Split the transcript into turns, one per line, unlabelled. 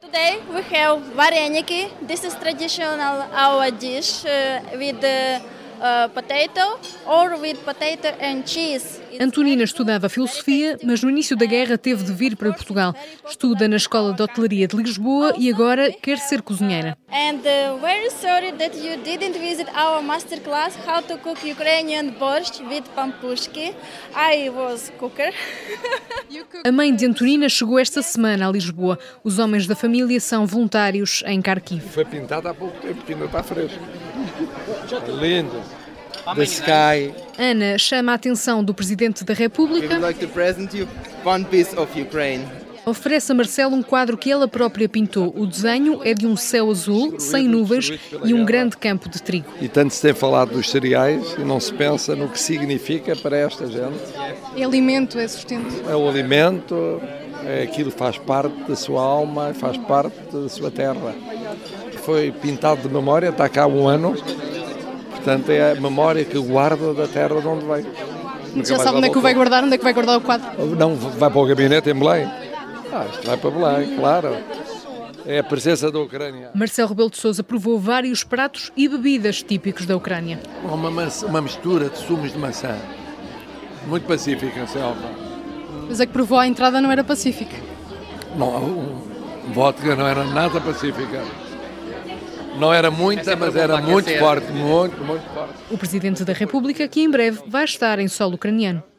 Today we have vareniki. This is traditional our dish uh, with uh, uh, potato or with potato and cheese. It's
Antonina estudava filosofia, mas no início da guerra teve de vir para Portugal. Estuda na Escola de Hotelaria de Lisboa e agora quer ser cozinheira.
And uh, very sorry that you didn't visit our masterclass how to cook Ukrainian borscht with pampushki. I was cooker.
A mãe de Antonina chegou esta semana a Lisboa. Os homens da família são voluntários em Kharkiv.
Foi pintado há pouco tempo, que ainda está fresco. Lindo.
the sky.
Ana chama a atenção do Presidente da
We would
República,
like to present you one piece of Ukraine.
oferece a Marcelo um quadro que ela própria pintou. O desenho é de um céu azul, sem nuvens e um grande campo de trigo.
E tanto se tem falado dos cereais e não se pensa no que significa para esta gente.
É alimento, é sustento.
É o alimento, é aquilo que faz parte da sua alma, faz parte da sua terra. Foi pintado de memória, está cá há um ano. Portanto, é a memória que guarda da terra de onde veio. Nunca
Já
mais
sabe
lá
onde é que o vai
voltou.
guardar, onde é que vai guardar o quadro.
Não, vai para o gabinete em Belém. Ah, isto vai para Belém, claro. É a presença da Ucrânia.
Marcelo Rebelo de Sousa provou vários pratos e bebidas típicos da Ucrânia.
Uma, maçã- uma mistura de sumos de maçã. Muito pacífica, Selva.
Mas é que provou à entrada não era pacífico.
Não, o vodka não era nada pacífica. Não era muita, mas era muito forte, muito, muito forte.
O Presidente da República, que em breve vai estar em solo ucraniano.